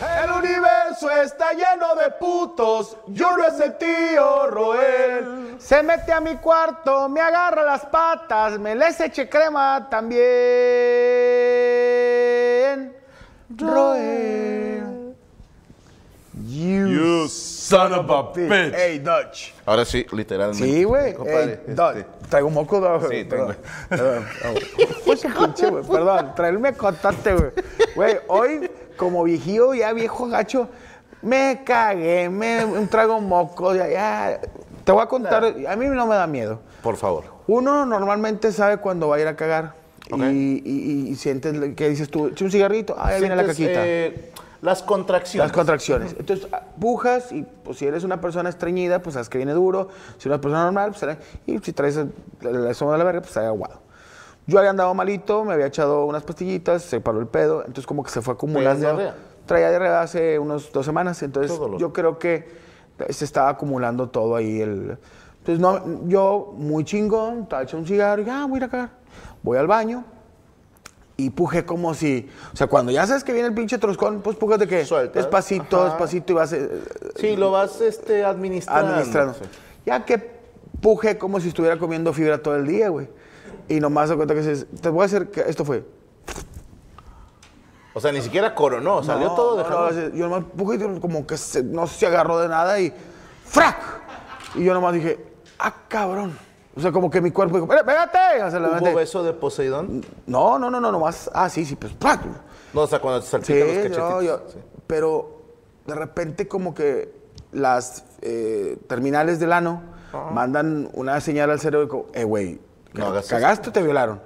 El universo está lleno de putos, yo no es el tío Roel. Se mete a mi cuarto, me agarra las patas, me les eche crema también. Roel. You, son of a bitch. Hey, Dutch. Ahora sí, literalmente. Sí, güey. Eh, compadre, Hey, este, Dutch. Traigo un moco, de... Sí, perdón. tengo. Perdón, perdón. Pues un pinche, güey. Perdón, traerme constante, güey. Güey, hoy, como vigío, ya viejo gacho, me cagué, me un trago moco, ya, ya. Te voy a contar, a mí no me da miedo. Por favor. Uno normalmente sabe cuándo va a ir a cagar. Ok. Y, y- y sientes lo que dices tú, echa un cigarrito, ah, ya viene la Sientes, caquita. eh, las contracciones. Las contracciones. Entonces, ah, pujas y pues, si eres una persona estreñida, pues sabes que viene duro. Si una persona normal, pues será- Y si traes el- la zona de la verga, pues será aguado. Yo había andado malito, me había echado unas pastillitas, se paró el pedo, entonces como que se fue acumulando. diarrea? Traía diarrea hace unos dos semanas, entonces Todo dolor. yo creo que se estaba acumulando todo ahí. El... Entonces no, yo muy chingón, estaba hecho un cigarro, ya voy a ir a cagar. Voy al baño y pujé como si, o sea, cuando ya sabes que viene el pinche troscón, pues pujas de que Sueltas. despacito, Ajá. despacito y vas eh, Sí, lo vas este, administrando. administrando. Ya que pujé como si estuviera comiendo fibra todo el día, güey. Y nomás se cuenta que se, te voy a hacer que esto fue. O sea, ni siquiera coronó, salió No, todo no, dejando. no, se- yo nomás pujé y como que se- no se agarró de nada y ¡frac! Y yo nomás dije, ah, cabrón. O sea, como que mi cuerpo dijo, "Espera, pégate. O sea, la ¿Hubo mente- beso de Poseidón? no, no, no, no, nomás, ah, sí, sí, pues, ¡frac! No, o sea, cuando te Sí, salpican los cachetitos. no, yo- Sí. pero de repente como que las eh, terminales del ano mandan una señal al cerebro y como, eh, güey, Ah. No ca- hagas eso". cagaste o te violaron.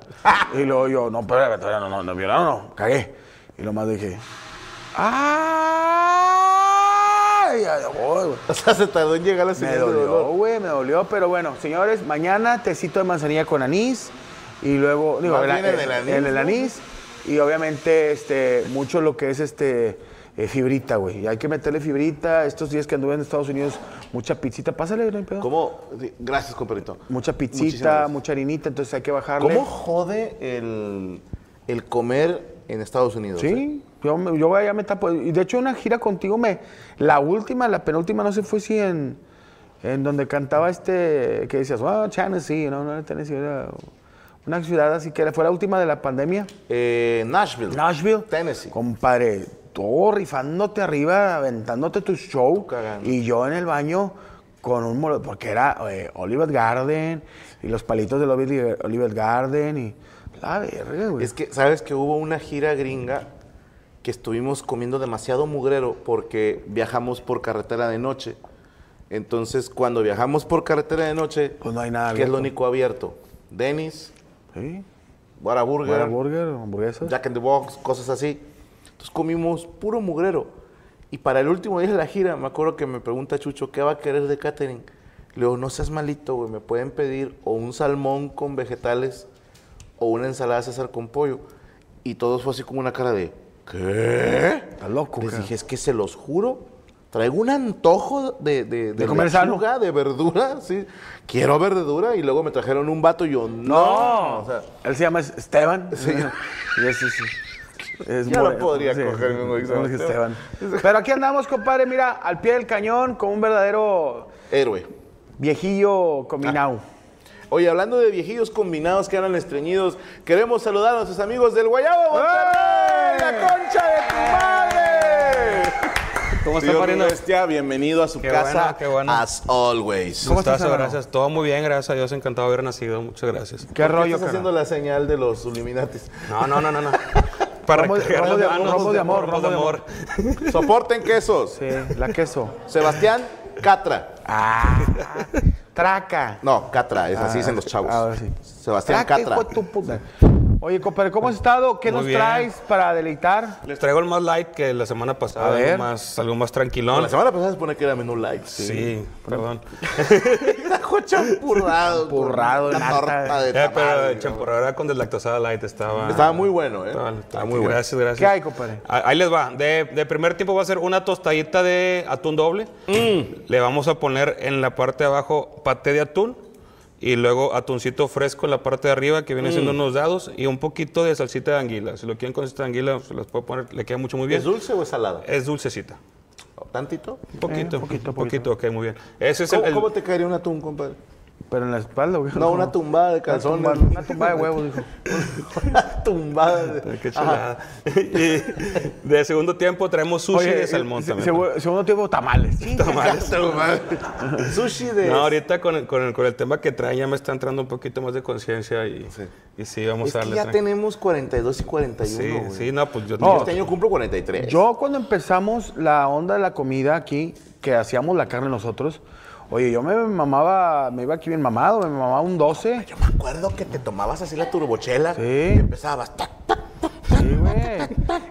y luego yo, no, pero pero no, no, no, violaron, no, cagué. Y lo más dije, ¡ah! Ya, ya voy, güey. O sea, se tardó en llegar la Me señal de dolió, dolor. güey, me dolió, pero bueno, señores, mañana tecito de manzanilla con anís y luego, digo, Más el, bien el del el- anís, el del ¿no? anís, y obviamente, este, mucho lo que es, este, eh, fibrita, güey, hay que meterle fibrita, estos días que anduve en Estados Unidos, mucha pizzita, pásale, no hay pedo. ¿Cómo? sí, Gracias, compadrito. Mucha Muchísimas pizzita, gracias. mucha harinita, entonces hay que bajarle. ¿Cómo jode el, el comer en Estados Unidos? eh? Sí, yo, me- yo allá me tapo, y de hecho una gira contigo me, la última, la penúltima, no sé, fue si en, en donde cantaba este, que decías, oh, Tennessee, no, no era Tennessee, era una ciudad así que era- fue la última de la pandemia. Eh, Nashville. Nashville. Tennessee. Compadre, tú rifándote arriba, aventándote tu show. Cagando. Y yo en el baño con un molo- porque era eh, Olivet Garden y los palitos del Olivet, Olivet Garden y la verga, güey. Es que, ¿sabes que hubo una gira gringa que estuvimos comiendo demasiado mugrero porque viajamos por carretera de noche? Entonces, cuando viajamos por carretera de noche, Pues no hay nada ¿qué es abierto. lo único abierto? Denis, Sí. Whataburger, Era burger, hamburguesas. Jack in the Box, cosas así. Entonces comimos puro mugrero. Y para el último día de la gira, me acuerdo que me pregunta Chucho, ¿qué va a querer de catering? Le digo, no seas malito, güey, me pueden pedir o un salmón con vegetales o una ensalada César con pollo. Y todos fue así como una cara de, ¿qué? Está loco, Les cara. dije, es que se los juro, traigo un antojo de... De, de, comer sano. lechuga, De verdura, sí. Quiero verdura. Y luego me trajeron un vato y yo, no. O sea, Él se llama Esteban. Sí. sí, sí, sí. Es Yo no more- podría cogerme un güey que se llama es Esteban. Pero aquí andamos, compadre, mira, al pie del cañón, como un verdadero héroe. viejillo combinado. Oye, hablando de viejillos combinados que eran estreñidos, queremos saludar a nuestros amigos del Guayabo Monterrey, ¡Ey! la concha de tu madre. ¿Cómo está, Señor Marino? Bestia, bienvenido a su Qué casa. bueno, qué bueno. As always. ¿Cómo estás, Gustazo, hermano? gracias. Todo muy bien, gracias a Dios. Encantado de haber nacido. Muchas gracias. ¿Qué ¿Por rollo, estás carnal? haciendo la señal de los Illuminatis? No, no, no, no. no. Para Rombo de- recrear rombo las de- manos, rombo de amor, rombo de rombo de amor. Soporten quesos. Sí, la queso. Sebastián Catra. Traca. No, Catra, es así dicen los chavos. Ah, ahora sí. Sebastián Traca, Catra. hijo de tu puta. Oye, compadre, ¿cómo has estado? ¿Qué Muy nos bien. traes para deleitar? Les traigo el más light que la semana pasada. A algo ver. más- algo más Bueno, tranquilón. la semana pasada se supone que era menú light. Sí, perdón. Tajo champurrado. Champurrado, Una nata. torta de Eh, pero tamal. el champurrado con deslactosada light estaba. Estaba muy bueno, ¿eh? Estaba, Estaba muy bueno. Gracias, gracias. ¿Qué hay, compadre? Ah, Ahí les va. De, de primer tiempo va a ser una tostadita de atún doble. Mm. Le vamos a poner en la parte de abajo paté de atún. Y luego atuncito fresco en la parte de arriba, que viene Mm. siendo unos dados. Y un poquito de salsita de anguila. Si lo quieren con salsita de anguila, se los puedo poner. Le queda mucho, muy bien. ¿Es dulce o es salada? Eh. Es dulcecita. ¿Tantito? Un poquito, poquito, poquito, ok, muy bien. Ese es el- ¿Cómo, el, cómo te caería un atún, compadre? Pero en la espalda, güey. No, una tumbada de calzón. Una tumbada, una tumbada de huevos, dijo. una tumbada de... Ah, Qué chulada. Y de segundo tiempo traemos sushi Oye, eh, de salmón se- también. se- segundo tiempo, tamales. Tamales. Sushi de... No, ahorita con el, con, el, con el tema que traen ya me está entrando un poquito más de conciencia y sí, y sí vamos es a que darle. ya tranqui- tenemos 42 y 41, sí, güey. sí, no, pues yo Yo no. Este año cumplo 43. Yo cuando empezamos la onda de la comida aquí, que hacíamos la carne nosotros, oye, yo me mamaba, me iba aquí bien mamado, me mamaba un 12. Yo me acuerdo que te tomabas así la turbochela Sí. y empezabas... tac, tac, Sí, güey.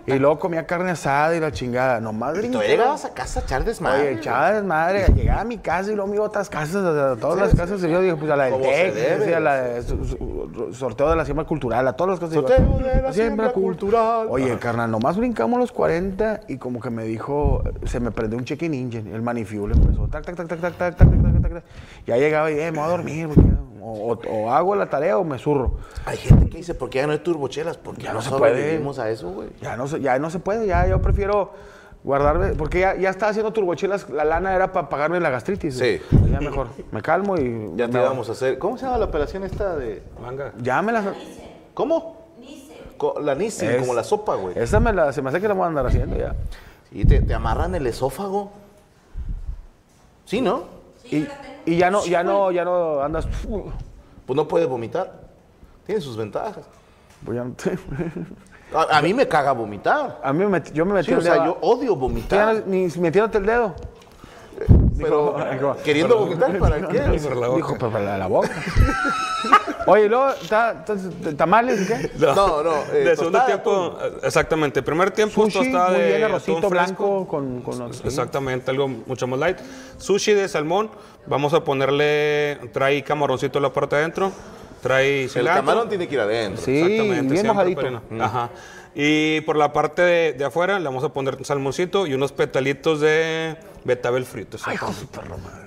Y luego comía carne asada y la chingada. Nomás y brincaba. todavía llegabas a casa a echar desmadre. Oye, echaba desmadre, llegaba a mi casa y luego me iba a otras casas, a, a todas las casas, y yo dije, pues a la del Como se TEC, debe, sí, a la de su- su- sorteo de la siembra cultural, a todas las casas. Sorteo iba. de la siembra cul- cultural. Oye, carnal, nomás brincamos los 40 y como que me dijo, se me prendió un check-in engine, el manifuel empezó, tac, tac, tac, tac, tac, tac, tac, tac, tac, tac, ya llegaba y, eh, me voy a dormir, porque, o, o- o hago la tarea o me zurro. Hay gente que dice, ¿por qué ya no hay turbochelas? Porque ya no no se puede. sobrevivimos a eso, güey. Ya no, se- ya no se puede, ya yo prefiero guardarme, porque ya, ya estaba haciendo turbochelas, la lana era para pagarme la gastritis. Sí. güey. Ya mejor, me calmo y... Ya te me voy. íbamos a hacer... ¿Cómo se llama la operación esta de...? Manga. Ya me la... ¿Cómo? Co- La nice, Es- como la sopa, güey. Esa me la, se me hace que la voy a andar haciendo ya. Y te, te amarran el esófago. Sí, ¿no? Y, y ya no, ya no, ya no andas... uh, Pues no puedes vomitar. Tiene sus ventajas. Pues ya no te- A, a mí me caga vomitar. A mí me metí- yo me metí Sí, el o dedo. sea, yo oh, odio Tú ya vomitar. no- ni metiéndote el dedo. pero queriendo vomitar, ¿para qué? Por la boca. Dijo, pero para la boca. Oye, y luego, ta- ta- ¿tamales y qué? No, no, eh, de segundo tostada, tiempo, exactamente. Primer tiempo Sushi, tostada muy de bien, atún arrocito blanco fresco. con... con sí. Exactamente, algo mucho más light. Sushi de salmón, vamos a ponerle, trae camaroncito en la parte de adentro, trae El cilantro. camarón tiene que ir adentro. Sí, bien siempre, mojadito. Corina. Ajá. Y por la parte de, de afuera le vamos a poner un salmoncito y unos petalitos de betabel frito. exactamente.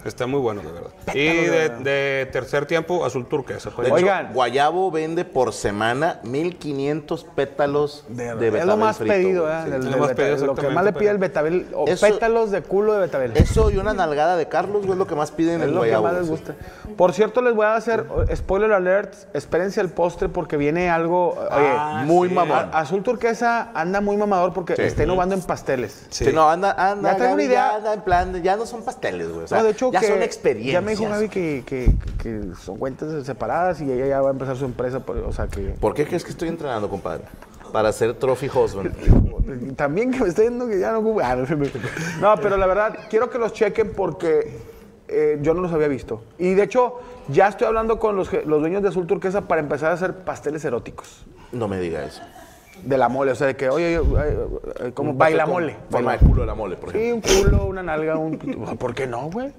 Está muy bueno, de verdad. y de, de tercer tiempo, azul turquesa. pues. De hecho, Oigan. Guayabo vende por semana 1500 pétalos de, betabel es lo más frito, pedido, güey. ¿eh? Sí. Del- Es lo del más beta- pedido, lo que más le exactamente, pide el betabel, o Eso- pétalos de culo de betabel. Eso y una nalgada de Carlos, güey, es lo que más piden Es en lo que Guayabo. más les sí. gusta. Por cierto, les voy a hacer o- spoiler alert. Espérense al postre porque viene algo oye, Ah, muy sí. mamón. A- Azul turquesa anda muy mamador porque está innovando en pasteles. Sí, no, anda, anda, Ya tengo una Gaby, idea. ya anda en plan, de- ya no son pasteles, güey. O sea, No, de hecho, ya que- son experiencias. Ya me dijo Gaby que, que- que son cuentas separadas y ella ya va a empezar su empresa. por- o sea que. ¿Por qué crees que estoy entrenando, compadre? Para ser trophy husband. También que me está yendo que ya no ocupo- Ah, no, no, no. No, pero la verdad, quiero que los chequen porque eh, yo no los había visto. Y de hecho, ya estoy hablando con los, je- los dueños de Azul Turquesa para empezar a hacer pasteles eróticos. No me diga eso. De la mole, o sea, de que, oye, oye, ay, ay, como baila mole. Forma baila- de culo de la mole, por ejemplo. Sí, un culo, una nalga, un pito. ¿Por qué no, güey?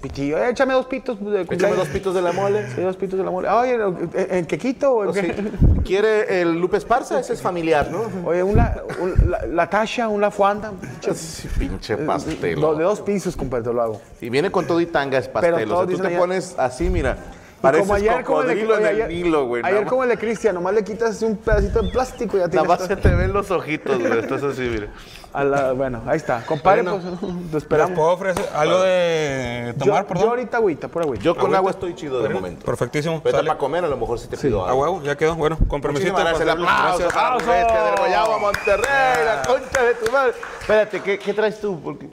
Pitillo, eh, échame dos pitos. De Échame cumpleaños. dos pitos de la mole. Sí, dos pitos de la mole. Oye, ¿en, en quequito o en qué? Sí. ¿Quiere el Lupe Esparza? Ese es familiar, ¿no? Oye, una, un- la, la tasha, una fuanda. Sí, pinche Do- de pastelo. dos pisos, compadre, te lo hago. Y viene con todo y tanga, es pastelo. Pero Pero todos tú dicen te allá- pones así, mira. Y Pareces como el de- cocodrilo oye, en el ayer- Nilo, güey. Ayer nada como el de Cristian, nomás le quitas un pedacito de plástico y ya Nada tienes... más todo. se te ven los ojitos, güey. Estás así, mira. A la- bueno, ahí está. Compadre, Bueno, pues, te ¿Les esperamos. puedo ofrecer algo de tomar, yo, perdón? yo ahorita agüita, pura agüita. Yo con agua estoy chido de momento. Perfectísimo. Vete sale. para comer, a lo mejor si te pido A algo. huevo, ya quedó. Bueno, pues. con permisito. Muchísimas gracias. El pasarlo. aplauso Gracias. para la bestia del Guayabo a Monterrey, la concha de tu madre. Espérate, ¿qué, qué traes tú? Porque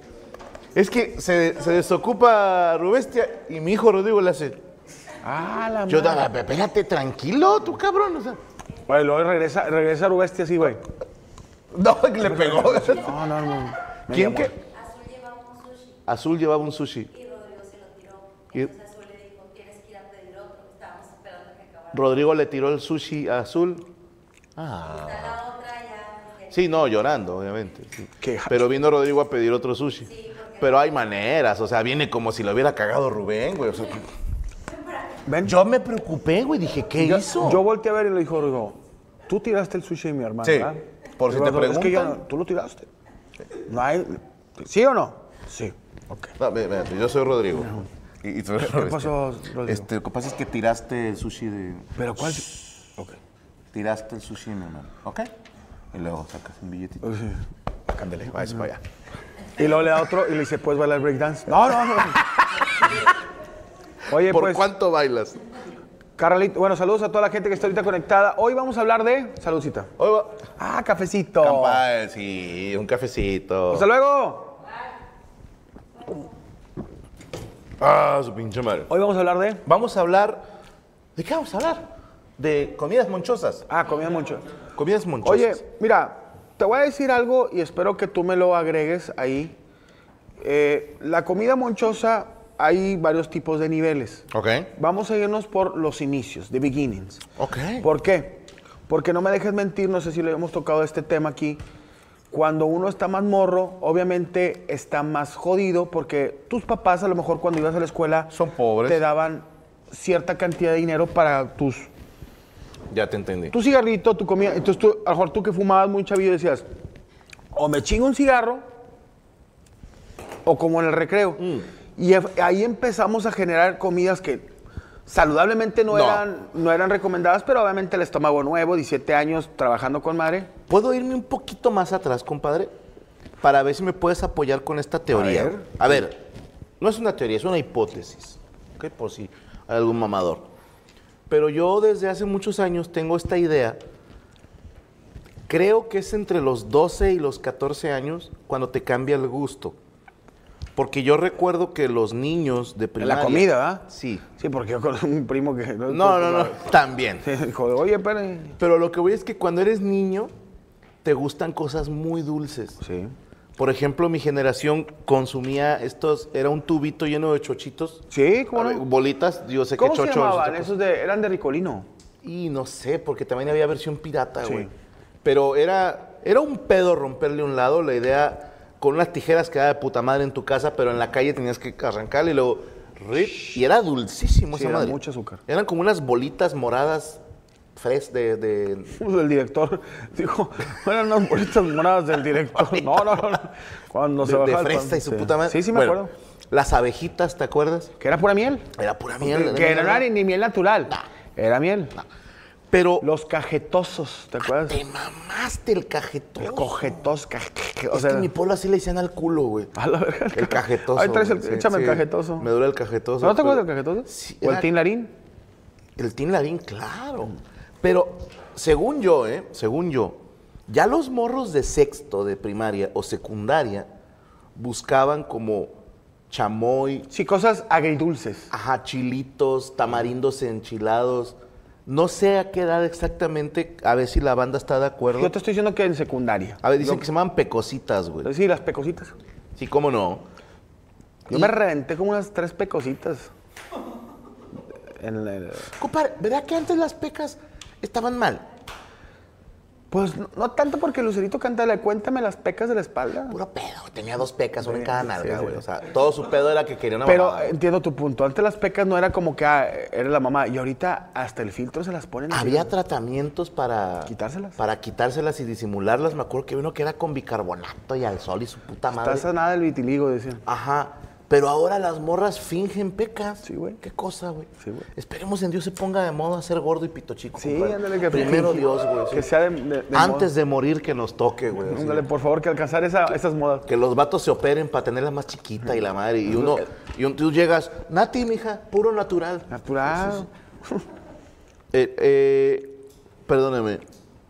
Es que se, se desocupa Rubestia y mi hijo Rodrigo le hace. Ah, la Yo, madre. daba, espérate, tranquilo, tú cabrón. O sea, Güey, luego regresa, regresa Arubesti así, güey. no, que le pegó. No, no, no. Me ¿Quién llamó. que? Azul llevaba un sushi. Y Rodrigo se lo tiró. Y- Entonces Azul le dijo, tienes que ir a pedir otro. Estábamos esperando que acabara. Rodrigo le tiró el sushi a Azul. Ah. Está la otra ya. que- Sí, no, llorando, obviamente. sí. Qué gacho. Pero vino Rodrigo a pedir otro sushi. Pero hay maneras, o sea, viene como si lo hubiera cagado Rubén, güey. o sea, que- Ven. Yo me preocupé, güey, dije, ¿qué Yo- hizo? Yo volteé a ver y le dijo, Rodrigo, tú tiraste el sushi de mi hermano, Sí, ¿verdad? por Y si te Rodrigo, Es que yo preguntan. no- tú lo tiraste. No hay... ¿Sí o no? Sí. Ok. No, mira, mira, yo soy Rodrigo. Y- y tú eres Rubén. pasó, Rodrigo? Este, lo que pasa es que tiraste el sushi de... ¿Pero cuál? Tiraste el sushi de mi hermano, ¿ok? Y luego sacas un billetito. Cándale, váyase para allá. Y luego le da otro y le dice, ¿puedes bailar breakdance? No, no, no. Oye, ¿Por pues, cuánto bailas? Carlito, bueno, saludos a toda la gente que está ahorita conectada. Hoy vamos a hablar de... Saludcita. Hoy va... Ah, cafecito. Campa- sí, un cafecito. Hasta luego. ah, su pinche madre. Hoy vamos a hablar de. Vamos a hablar. ¿De qué vamos a hablar? De comidas monchosas. Ah, comida mucho. Comidas monchosas. Oye, mira, te voy a decir algo y espero que tú me lo agregues ahí. Eh, la comida monchosa hay varios tipos de niveles. Ok. Vamos a irnos por los inicios, the beginnings. Ok. ¿Por qué? Porque no me dejes mentir, no sé si lo hemos tocado este tema aquí. Cuando uno está más morro, obviamente está más jodido porque tus papás a lo mejor cuando ibas a la escuela Son pobres. te daban cierta cantidad de dinero para tus Ya te entendí. tu cigarrito, tu comida. Entonces tú, a lo mejor tú que fumabas muy chavillo decías, o me chingo un cigarro, o como en el recreo. Mm. Y ef- ahí empezamos a generar comidas que saludablemente no, No. Eran, no eran recomendadas, pero obviamente el estómago nuevo, 17 años trabajando con madre. ¿Puedo irme un poquito más atrás, compadre? Para ver si me puedes apoyar con esta teoría. A ver, no es una teoría, es una hipótesis. Ok, por si hay algún mamador. Pero yo desde hace muchos años tengo esta idea. Creo que es entre los 12 y los 14 años cuando te cambia el gusto. Porque yo recuerdo que los niños de En primaria... la comida, ¿verdad? Sí. Sí, porque yo conozco un primo que... No, no, no, también. Dijo, oye, espérate. Pero lo que voy es que cuando eres niño, te gustan cosas muy dulces. Sí. Por ejemplo, mi generación consumía estos, era un tubito lleno de chochitos. Sí, A ¿cómo ver, no? Bolitas, yo sé que ¿Cómo chocho. se es llamaban? otra cosa. Esos de, eran de Ricolino. Y no sé, porque también había versión pirata, Sí. güey. Pero era, era un pedo romperle un lado, la idea con unas tijeras quedaba de puta madre en tu casa, pero en la calle tenías que arrancarle y luego rip, y era dulcísimo Sí, esa era madre. mucho azúcar. Eran como unas bolitas moradas fres de, de Pues el director dijo, eran unas bolitas moradas del director. No, no, no. Cuando se de, de bajaba el pan, fresa y su sí. puta madre. Sí, sí me Bueno, acuerdo. Las abejitas, ¿te acuerdas? Que era pura miel. Era pura mierda. que no era ni, ni miel natural. Era miel. Pero Los cajetosos, ¿te acuerdas? te mamaste el cajetoso. Cojetos, ca- ca- o es sea, que en mi pueblo así le decían al culo, güey. a la verga. El cajetoso. Ahí traes el, güey, sí, échame el sí. cajetoso. Me dura el cajetoso. ¿No te acuerdas del pero- cajetoso? Sí, ¿O el era- tin larín? El Tin Larín, claro. Pero según yo, ¿eh? Según yo, ya los morros de sexto, de primaria o secundaria buscaban como chamoy, Sí, cosas agridulces. Ajá, chilitos, tamarindos enchilados. No sé a qué edad exactamente, a ver si la banda está de acuerdo. Yo te estoy diciendo que en secundaria. A ver, dicen que se llaman pecositas, güey. Sí, las pecositas. Sí, cómo no. Yo Y- me reventé como unas tres pecositas. En el- Compadre, ¿verdad que antes las pecas estaban mal? Pues no, no tanto porque Lucerito canta la de cuéntame las pecas de la espalda. Puro pedo, tenía dos pecas, una en cada Sí, nalga, sí, güey. sí. O sea, todo su pedo era que quería una Pero mamada, güey. entiendo tu punto. Antes las pecas no era como que ah, era la mamá. Y ahorita hasta el filtro se las ponen. así. Había tratamientos para... ¿Quitárselas? Para quitárselas y disimularlas. Me acuerdo que uno que era con bicarbonato y al sol y su puta madre. Está sanada el vitiligo, decían. Ajá. Pero ahora las morras fingen pecas. Sí, güey. Qué cosa, güey. Sí, güey. Esperemos en Dios se ponga de moda ser gordo y pito chico. Sí, compadre. ándale, que- Primero Dios, güey. que sea de- de- de Antes moda. de morir que nos toque, güey. así. Ándale, por favor, que alcanzar esa- esas modas. Que los vatos se operen para tenerla más chiquita y la madre. Y uno, y un- tú llegas, Nati, mija, puro natural. Natural. Eh, eh, perdóneme.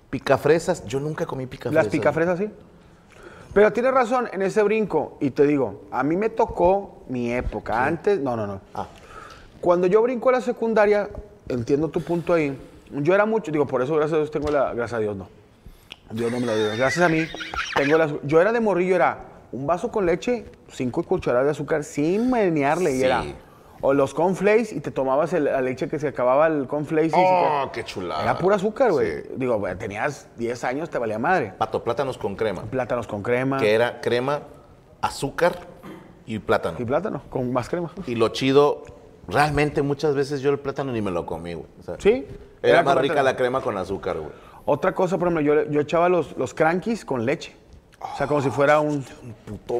Picafresas, yo nunca comí picafresas. Las picafresas, sí. Pero tienes razón en ese brinco. Y te digo, a mí me tocó mi época. Antes, no, no, no. Ah. Cuando yo brinco a la secundaria, entiendo tu punto ahí. Yo era mucho, digo, por eso gracias a Dios tengo la, gracias a Dios no. Dios no me lo dio. Gracias a mí tengo la, yo era de morrillo, era un vaso con leche, cinco cucharadas de azúcar sin menearle y era. O los cornflakes y te tomabas el- la leche que se acababa el cornflakes. y se- Oh, qué chulada. Era pura azúcar, güey. Sí. Digo, güey, tenías 10 años, te valía madre. Pato, plátanos con crema. Plátanos con crema. Que era crema, azúcar y plátano. Y plátano, con más crema. Y lo chido, realmente muchas veces yo el plátano ni me lo comí, güey. O sea, Sí, Era, era más con rica plátano. la crema con azúcar, güey. Otra cosa, por ejemplo, yo, yo echaba los, los crankies con leche. O sea, como si fuera un... Puto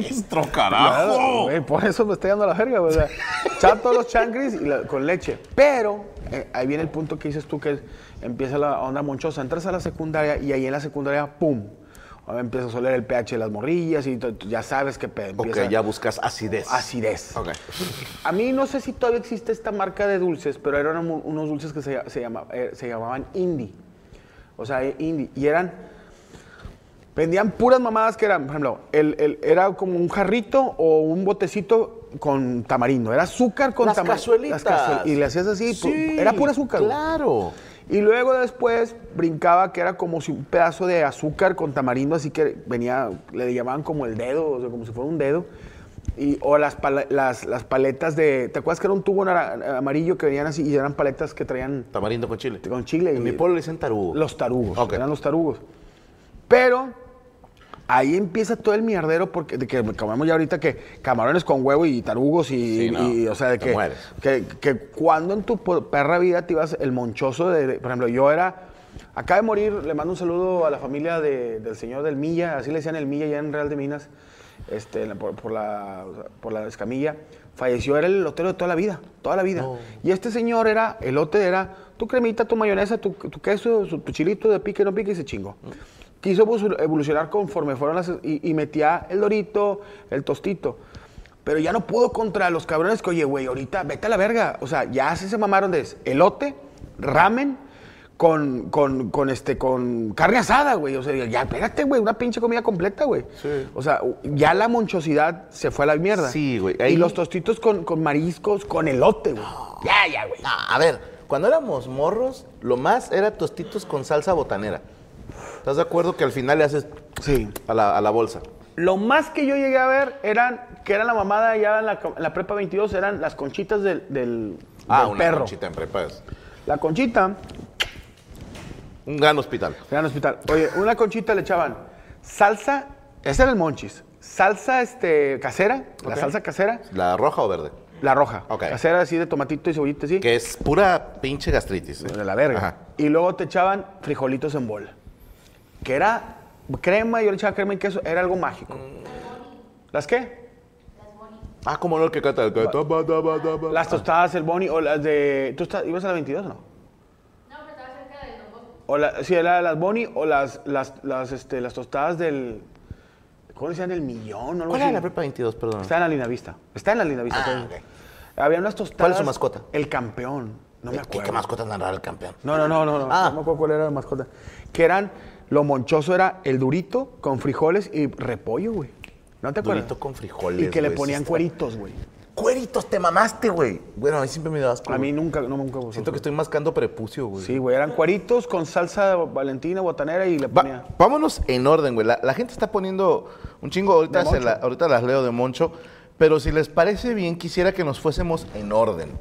Maestro, carajo. Güey, por eso me está dando la verga, güey. O sea, echaba todos los chancris y la- con leche. Pero eh, ahí viene el punto que dices tú que empieza la onda monchosa. Entras a la secundaria y ahí en la secundaria, ¡pum! Ahora empiezas a oler el pH de las morrillas y t- t- ya sabes que pe- ok, empieza... ya buscas acidez. Acidez. Ok. A mí no sé si todavía existe esta marca de dulces, pero eran mu- unos dulces que se, se llama- eh, se llamaban indie. O sea, eh, indie. Y eran. Vendían puras mamadas que eran, por ejemplo, el- el- era como un jarrito o un botecito con tamarindo. Era azúcar con Las tamarindo. cazuelitas. Y le hacías así. pu- Sí, era pura azúcar. güey. Claro. Y luego después brincaba que era como si un pedazo de azúcar con tamarindo, así que venía, le llamaban como el dedo, o sea, como si fuera un dedo. Y, o las, pala- las, las paletas de. ¿Te acuerdas que era un tubo nara- amarillo que venían así y eran paletas que traían Tamarindo con chile. con chile? En y- mi pueblo le dicen tarugo. Los tarugos. Ok. Eran los tarugos. Pero ahí empieza todo el mierdero porque de que comemos ya ahorita que camarones con huevo y tarugos y, Sí, no, y, o sea de te que, mueres. que que cuando en tu por- perra vida te ibas el monchoso de, de- por ejemplo yo era acaba de morir le mando un saludo a la familia de- del señor del Milla así le decían el Milla ya en Real de Minas este en la- por, por la por la escamilla falleció era el lotero de toda la vida toda la vida y este señor era elote era tu cremita tu mayonesa tu, tu queso su- tu chilito de pique no pique y se chingó quiso evo- evolucionar conforme fueron las... Y, y metía el dorito, el tostito. Pero ya no pudo contra los cabrones que, oye, güey, ahorita vete a la verga. O sea, ya se, se mamaron de elote, ramen, con, con, con, este, con carne asada, güey. O sea, ya espérate, güey, una pinche comida completa, güey. O sea, ya la monchosidad se fue a la mierda. Sí, güey, Y ahí- los tostitos con, con mariscos, con elote, güey. Ya, ya, güey. Ah, a ver, cuando éramos morros, lo más era tostitos con salsa botanera. ¿Estás de acuerdo que al final le haces Sí. a la, a la bolsa? Lo más que yo llegué a ver eran, que era la mamada ya en la, en la prepa 22, eran las conchitas del, del, del Ah, una perro. conchita en prepa es La conchita, Un gran hospital. era en el hospital. Oye, una conchita le echaban salsa, ese era el monchis, salsa este, casera, la Ok. salsa casera, ¿La roja o verde? la roja. Ok. Casera así de tomatito y cebollita así. Que es pura pinche gastritis. ¿eh? De la verga. Ajá. Y luego te echaban frijolitos en bola. Que era crema, yo le echaba crema y queso, era algo mágico. Mm. ¿Las qué? Ah, como no el que canta el que- taba, taba, taba. Las tostadas, el boni o las de... ¿Tú está- ibas a la 22 o no? O la, sí, era las boni o las, las, las, este, las tostadas del... ¿Cómo le decían? El millón o algo ¿Cuál así. era la prepa 22, perdón? Está en la Linavista. Está en la Linavista. Ah, todavía. Había unas tostadas... ¿Cuál es su mascota? Eh, El campeón. No me ¿Qué, acuerdo. qué mascota tan rara el campeón? No, no, no, no. No, Ah. no me acuerdo cuál era la mascota. Que eran... Lo monchoso era el durito con frijoles y repollo, güey. ¿No te acuerdas? Durito con frijoles, Y que le güey, sí ponían está- cueritos, güey. ¡Cueritos, te mamaste, güey! Bueno, a mí siempre me dabas A mí nunca, no, nunca me Siento que estoy mascando prepucio, güey. Sí, güey, eran cuaritos con salsa valentina, botanera y le Va- ponía. vámonos en orden, güey. La, la gente está poniendo un chingo. Ahorita, De se Moncho. la- ahorita las leo de Moncho. Pero si les parece bien, quisiera que nos fuésemos en orden.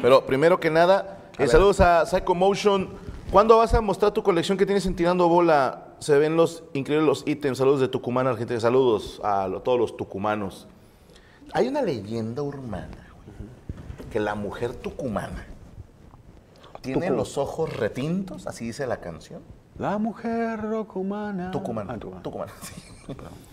Pero primero que nada, eh, saludos a Psycho Motion. ¿Cuándo vas a mostrar tu colección que tienes en Tirando Bola? Se ven los increíbles los ítems. Saludos de Tucumán, Argentina. Saludos a lo- todos los tucumanos. Hay una leyenda urbana, güey, que la mujer tucumana tiene Tucum. los ojos retintos, así dice la canción. La mujer rocumana. Tucumán. Ah, Tucumán. Tucumán, sí.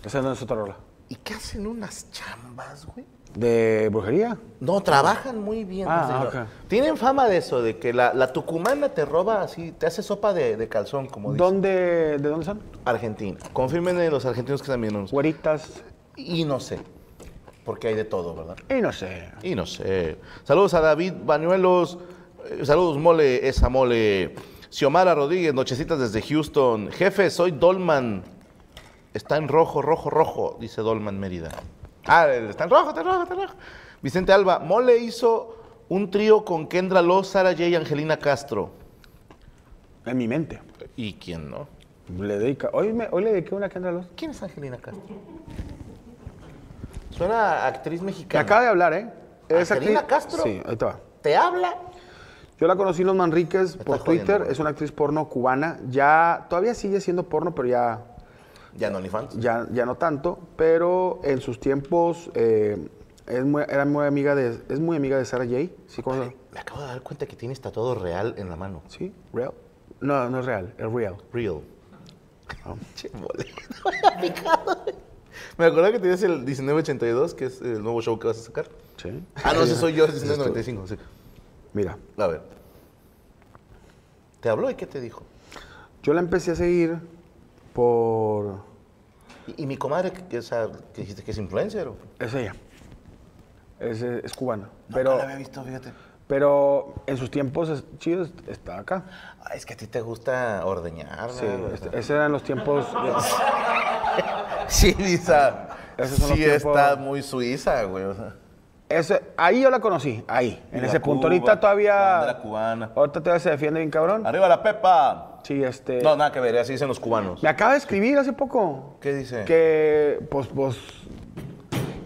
Esa no es otra rola. ¿Y qué hacen unas chambas, güey? ¿De brujería? No, trabajan muy bien. Ah, señor. ok. Tienen fama de eso, de que la, la tucumana te roba así, te hace sopa de, de calzón, como dicen. ¿Dónde, ¿De dónde son? Argentina. Confirmen eh, los argentinos que también nos... Güeritas. Y no sé, porque hay de todo, ¿verdad? Y no sé. Y no sé. Saludos a David Bañuelos. Eh, Saludos, mole, esa mole. Xiomara Rodríguez, nochecitas desde Houston. Jefe, soy Dolman. Está en rojo, rojo, rojo, dice Dolman Mérida. Ah, el- está en rojo, está en rojo, está en rojo. Vicente Alba, Mole hizo un trío con Kendra Lo, Sara J y Angelina Castro. En mi mente. ¿Y quién no? Le dedica. Hoy, me- hoy le dediqué una a Kendra Loz. ¿Quién es Angelina Castro? Suena a actriz Que mexicana. acaba de hablar, ¿eh? ¿Angelina Castro? Sí, ahí te va. ¿Te habla? Yo la conocí en Los Manriques por jodiendo, Twitter. güey. es una actriz porno cubana. Ya, todavía sigue siendo porno, pero ya Ya no, OnlyFans. ya, ya no tanto, pero en sus tiempos eh, es muy- era muy amiga de, es muy amiga de Sarah J. ¿Sí, cómo se- Me acabo de dar cuenta que tienes tatuado real en la mano. ¿Sí? ¿Real? No, no es real, es real. Real. Ah. Che, mole. No me había picado. Me acuerdo que tenías el 1982, que es el nuevo show que vas a sacar. Sí. Ah, no, ese soy yo, el 1995. Sí. Mira, A ver. ¿Te habló y qué te dijo? yo la empecé a seguir por... ¿Y, y mi comadre, que, que, o sea, que dijiste que es influencer? ¿o? Es ella. Es, eh, es cubana. pero, no la había visto, fíjate. pero en sus tiempos, es, chido, está acá. Ay, Ah, es que a ti te gusta ordeñar. Sí, este- ese eran los tiempos... Sí, Lisa. Esos son los Sí, tiempos- está muy suiza, güey. o sea. Ese- ahí yo la conocí, ahí, en Viva ese punto. Cuba, Ahorita todavía... bandera cubana. Ahorita todavía se defiende bien cabrón. ¡Arriba la pepa! Sí, este... No, nada que ver, así dicen los cubanos. Me acaba de escribir hace poco. ¿Qué dice? Que, pues, pues,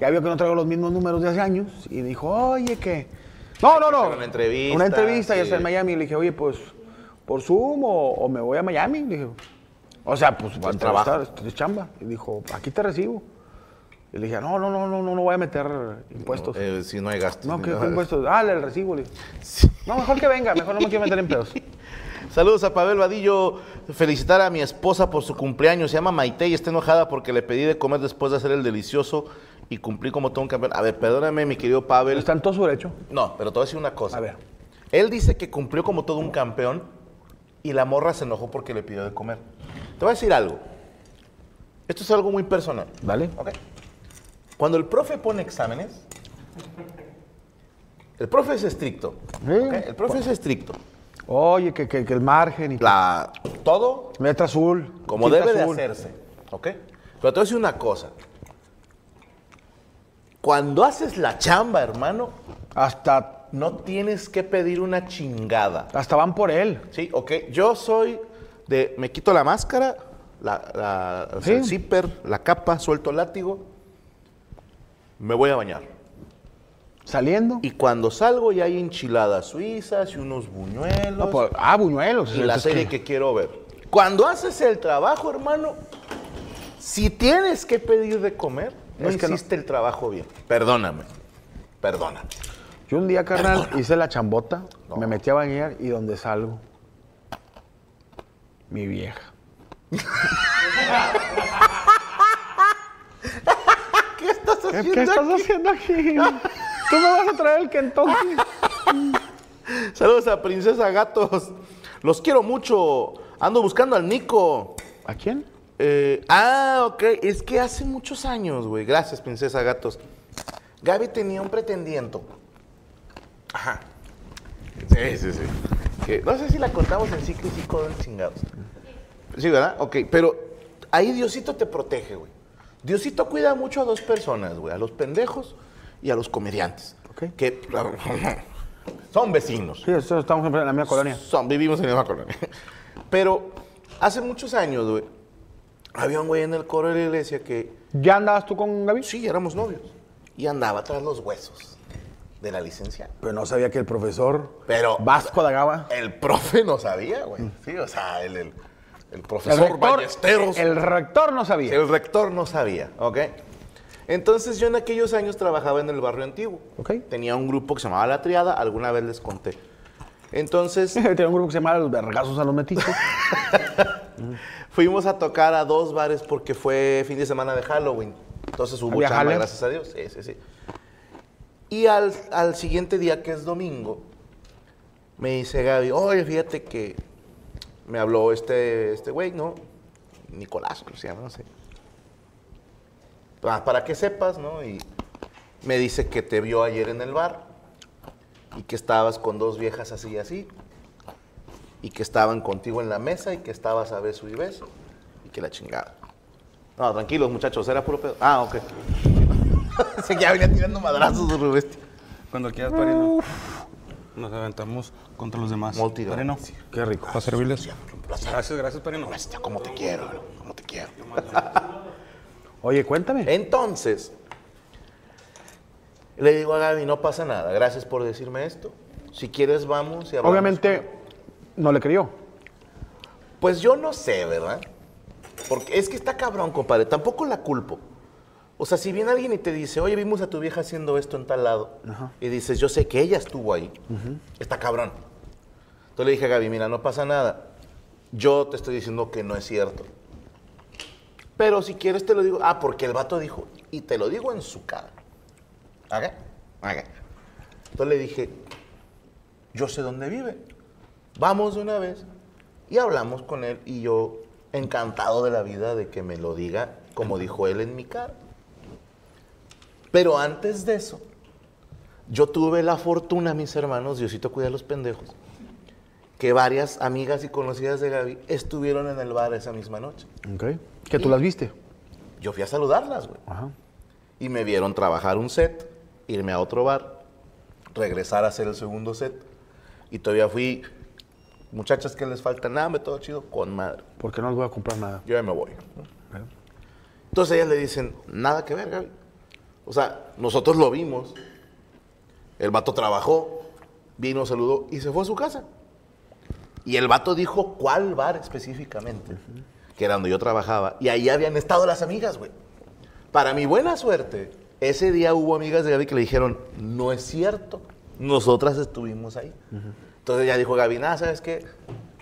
ya vio que no traigo los mismos números de hace años. Y dijo, oye, que... No, no, no. hacer una entrevista, Una entrevista y sí. está en Miami. Le dije, oye, pues, ¿por Zoom o, o me voy a Miami? Le dije, o sea, pues, voy a Pues, trabaja. entrevistar, esto es chamba. Y dijo, aquí te recibo. Y le dije, no, no, no, no, no, no voy a meter impuestos. No, Eh, si no hay gastos. ¿qué, qué impuestos? Ah, le recibo, le dije. No, mejor que venga, mejor no me quiero meter en pedos. Saludos a Pavel Vadillo. Felicitar a mi esposa por su cumpleaños. Se llama Maite y está enojada porque le pedí de comer después de hacer el delicioso y cumplí como todo un campeón. A ver, perdóname, mi querido Pavel. Está en todo su derecho. No, pero te voy a decir una cosa. A ver. Él dice que cumplió como todo un campeón y la morra se enojó porque le pidió de comer. Te voy a decir algo. Esto es algo muy personal. Dale. Ok. Cuando el profe pone exámenes, el profe es estricto. Sí. ¿ok? El profe es estricto. Oye, que, que, que el margen y... La, todo Letra azul. como tinta debe de azul. hacerse. ¿Ok? Pero te voy a decir una cosa. Cuando haces la chamba, hermano, Hasta, no tienes que pedir una chingada. hasta van por él. Sí, ok. Yo soy de. Me quito la máscara, la, la- o sea, el Sí. zipper, la capa, suelto el látigo. Me voy a bañar. Saliendo. Y cuando salgo ya hay enchiladas suizas y unos buñuelos No, por- ah, buñuelos. y la Es serie que... quiero ver. Cuando haces el trabajo, hermano, si tienes que pedir de comer, no Es que no. hiciste el trabajo bien. Perdóname. Perdóname. Yo un día, carnal, hice la chambota, me metí a bañar y donde salgo. Mi vieja. ¿Qué estás ¿Qué, haciendo? estás aquí? haciendo aquí? Tú me vas a traer el Kentucky. Saludos a Princesa Gatos. Los quiero mucho. Ando buscando al Nico. ¿A quién? Eh, ah, ok. Es que hace muchos años, güey. Gracias, Princesa Gatos. Gaby tenía un pretendiente. Ajá. Sí, sí, sí. Que no sé si la contamos en ciclo y psico del chingados. Sí, ¿verdad? Ok, pero ahí Diosito te protege, güey. Diosito cuida mucho a dos personas, güey. A los pendejos y a los comediantes. Ok. Que son vecinos. Sí, eso estamos en la mía colonia. Son, vivimos en la misma colonia. Pero hace muchos años, güey, había un güey en el coro de la iglesia que ¿Ya andabas tú con Gaby? sí, éramos novios. Y andaba tras los huesos de la licenciada. Pero no sabía que el profesor Pero- Vasco da Gama. El profe no sabía, Mm. güey. Sí, o sea, el, el- el profesor Ballesteros. el rector no sabía. el rector no sabía, ¿ok? Entonces yo en aquellos años trabajaba en el barrio antiguo. Ok. Tenía un grupo que se llamaba La Triada, alguna vez les conté. Entonces Tenía un grupo que se llamaba Los Vergazos a los Metiches. Fuimos a tocar a dos bares porque fue fin de semana de Halloween. Entonces hubo ¿Había chamba, jale? gracias a Dios. Sí, sí, sí. Y al, al siguiente día, que es domingo, me dice Gaby, oye, fíjate que me habló este este güey, ¿no? Nicolás, creo que se llama, no sé. Pa- para que sepas, ¿no? Y me dice que te vio ayer en el bar y que estabas con dos viejas así y así y que estaban contigo en la mesa y que estabas a beso y beso y que la chingada. No, tranquilos, muchachos, era puro pedo. Ah, ok. Se que ya venía tirando madrazos de bestia. Cuando quieras, Parino. Nos aventamos contra los demás. Multigracia. Parino. Qué rico. Para servirles. Gracias, gracias, Parino. Como Este, te quiero, como te quiero. Oye, cuéntame. Entonces, le digo a Gaby, no pasa nada, gracias por decirme esto. Si quieres, vamos y hablamos. Obviamente, no le creyó. Pues yo no sé, ¿verdad? Porque es que está cabrón, compadre. Tampoco la culpo. O sea, si viene alguien y te dice, oye, vimos a tu vieja haciendo esto en tal lado, y dices, yo sé que ella estuvo ahí, está cabrón. Entonces le dije a Gaby, mira, no pasa nada. Yo te estoy diciendo que no es cierto. Pero si quieres te lo digo. Ah, porque el vato dijo, y te lo digo en su cara. ¿Haga? Haga. Entonces le dije, yo sé dónde vive. Vamos de una vez. Y hablamos con él y yo encantado de la vida de que me lo diga como dijo él en mi cara. Pero antes de eso, yo tuve la fortuna, mis hermanos, Diosito cuida a los pendejos, que varias amigas y conocidas de Gaby estuvieron en el bar esa misma noche. Ok. Que tú las viste. Yo fui a saludarlas, güey. Y me vieron trabajar un set, irme a otro bar, regresar a hacer el segundo set. Y todavía fui, muchachas que les falta nada, me todo chido, con madre. Porque no les voy a comprar nada. Yo ya me voy. ¿no? Entonces ellas le dicen, nada que ver, Gaby. O sea, nosotros lo vimos. El vato trabajó, vino, saludó y se fue a su casa. Y el vato dijo cuál bar específicamente, que era donde yo trabajaba. Y ahí habían estado las amigas, güey. Para mi buena suerte, ese día hubo amigas de Gaby que le dijeron, no es cierto, nosotras estuvimos ahí. Entonces ya dijo Gaby, nada, ¿sabes qué?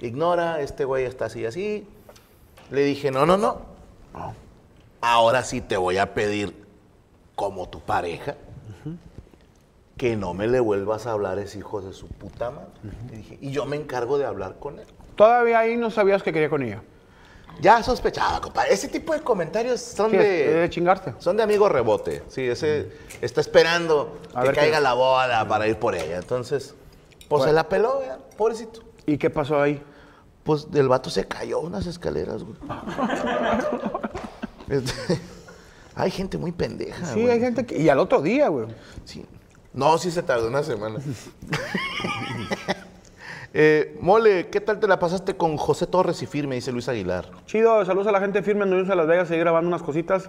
Ignora, este güey está así y así. Le dije, no, no, no. Ahora sí te voy a pedir, como tu pareja, que no me le vuelvas a hablar a ese hijo de su puta madre. Le dije, y yo me encargo de hablar con él. Todavía ahí no sabías que quería con ella. Ya sospechaba, compadre. Ese tipo de comentarios son Sí, es- eh, de. es de chingarte. Son de amigo rebote. Sí, ese está esperando A que ver qué- caiga la boda para ir por ella. Entonces, pues se la peló, ¿verdad? pobrecito. ¿Y qué pasó ahí? Pues del vato se cayó unas escaleras, güey. Este, hay gente muy pendeja, Sí, güey. hay gente que. Y al otro día, güey. Sí. No, sí se tardó una semana. Eh, mole, ¿qué tal te la pasaste con José Torres y Firme? Dice Luis Aguilar. Chido, saludos a la gente firme en Unidos de Las Vegas. Seguí grabando unas cositas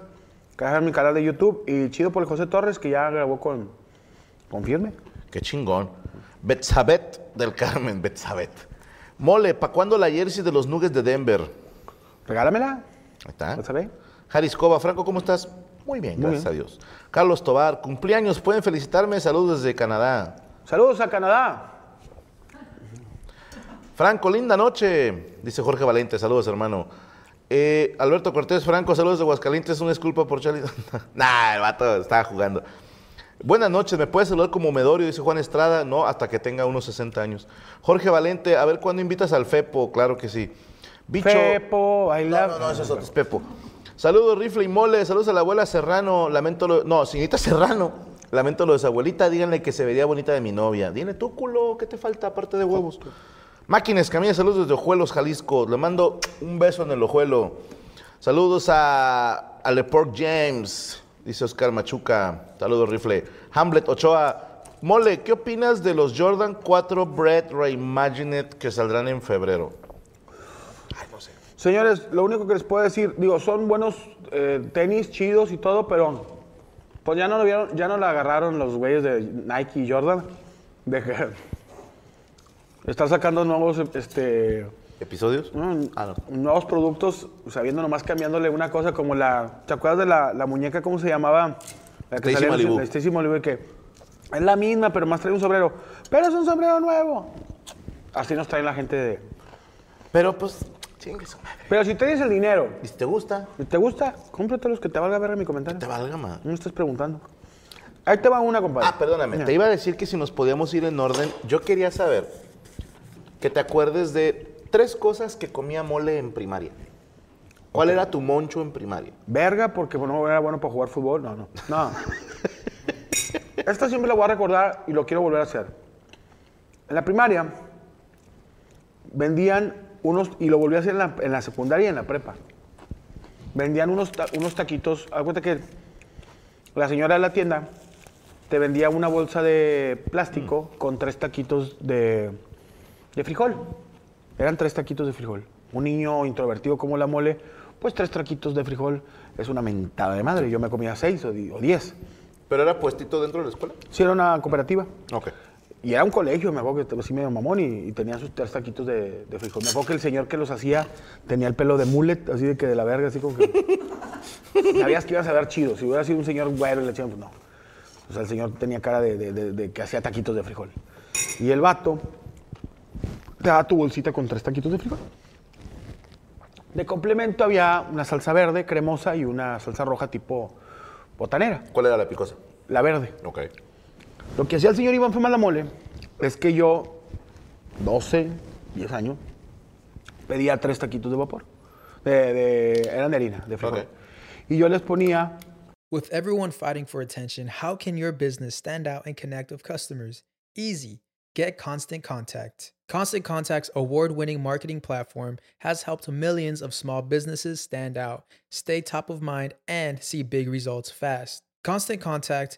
que dejan en mi canal de YouTube. Y chido por el José Torres, que ya grabó con, con firme. Qué chingón. Betzabet del Carmen, Betzabet. Mole, ¿pa' cuándo la jersey de los Nuggets de Denver? Ahí Regálamela. está. ¿Ya sabes? Jariscoba, Franco, ¿cómo estás? Muy bien, gracias a Dios. Carlos Tobar, cumpleaños, pueden felicitarme. Saludos desde Canadá. Saludos a Canadá. Franco, linda noche, dice Jorge Valente, saludos hermano. Eh, Alberto Cortés, Franco, saludos de Aguascalientes, una disculpa por Charlie. nah, el vato estaba jugando. Buenas noches, ¿me puedes saludar como Medorio? Dice Juan Estrada, no, hasta que tenga unos 60 años. Jorge Valente, a ver cuándo invitas al Fepo, claro que sí. Bicho. Pepo, I No, love- no, no, eso es otro, es Pepo. Saludos, Rifle y Mole, saludos a la abuela Serrano, lamento lo. No, señorita Serrano. Lamento lo de su abuelita, díganle que se vería bonita de mi novia. Dile tú, culo, ¿qué te falta aparte de huevos? Máquines, Camila, saludos desde Ojuelos, Jalisco. Le mando un beso en el ojuelo. Saludos a, a Leport James, dice Oscar Machuca. Saludos, Rifle. Hamlet Ochoa. Mole, ¿qué opinas de los Jordan 4 Bread Reimagined que saldrán en febrero? Señores, lo único que les puedo decir, digo, son buenos eh, tenis, chidos y todo, pero pues ya no lo vieron, ya no la agarraron los güeyes de Nike y Jordan. De que están sacando nuevos, este, ¿Episodios? mm, Ah, no. nuevos productos, sabiendo nomás cambiándole una cosa como la, ¿te acuerdas de la, la muñeca cómo se llamaba? La Stacy salía- Malibu. la Stacy Malibu que es la misma, pero más trae un sombrero, pero es un sombrero nuevo. Así nos traen la gente de. Pero pues, chingue su madre. Pero si tienes el dinero Y si te gusta, ¿Te gusta? Cómprate los que te valga ver mi comentario. te valga más. No me estás preguntando. Ahí te va una, compadre. Ah, perdóname, Ya. te iba a decir que si nos podíamos ir en orden, yo quería saber que te acuerdes de tres cosas que comía mole en primaria. ¿Cuál era tu moncho en primaria? Verga, porque no era bueno para jugar fútbol. No, no. No. Esta siempre la voy a recordar y lo quiero volver a hacer. En la primaria vendían unos, y lo volví a hacer en la, en la secundaria y en la prepa. vendían unos, ta- unos taquitos. Haz cuenta que la señora de la tienda te vendía una bolsa de plástico con tres taquitos de, de frijol. Eran tres taquitos de frijol. Un niño introvertido como la mole, pues tres taquitos de frijol es una mentada de madre. Yo me comía seis o di- o diez. ¿Pero era puestito dentro de la escuela? Sí, era una cooperativa. Ok. Y era un colegio, me acuerdo que te- sí medio mamón y, y tenía sus tres taquitos de, de frijol. Me acuerdo que el señor que los hacía tenía el pelo de mullet, así de que de la verga, así como que. Sabías que ibas a ver chido. Si hubiera sido un señor güero y la chingada, pues no. O sea, el señor tenía cara de, de- de- de que hacía taquitos de frijol. Y el vato te daba tu bolsita con tres taquitos de frijol. De complemento había una salsa verde, cremosa y una salsa roja tipo botanera, ¿Cuál era la picosa? la verde. Ok. Lo que hacía el señor Iván Fue Mole es que yo, 12, 10 años, pedía tres taquitos de vapor. De, de- eran de harina, de frijol. Ok. Y yo les ponía With everyone fighting for attention, how can your business stand out and connect with customers? Easy. Get Constant Contact. Constant Contact's award winning marketing platform has helped millions of small businesses stand out, stay top of mind, and see big results fast. Constant Contact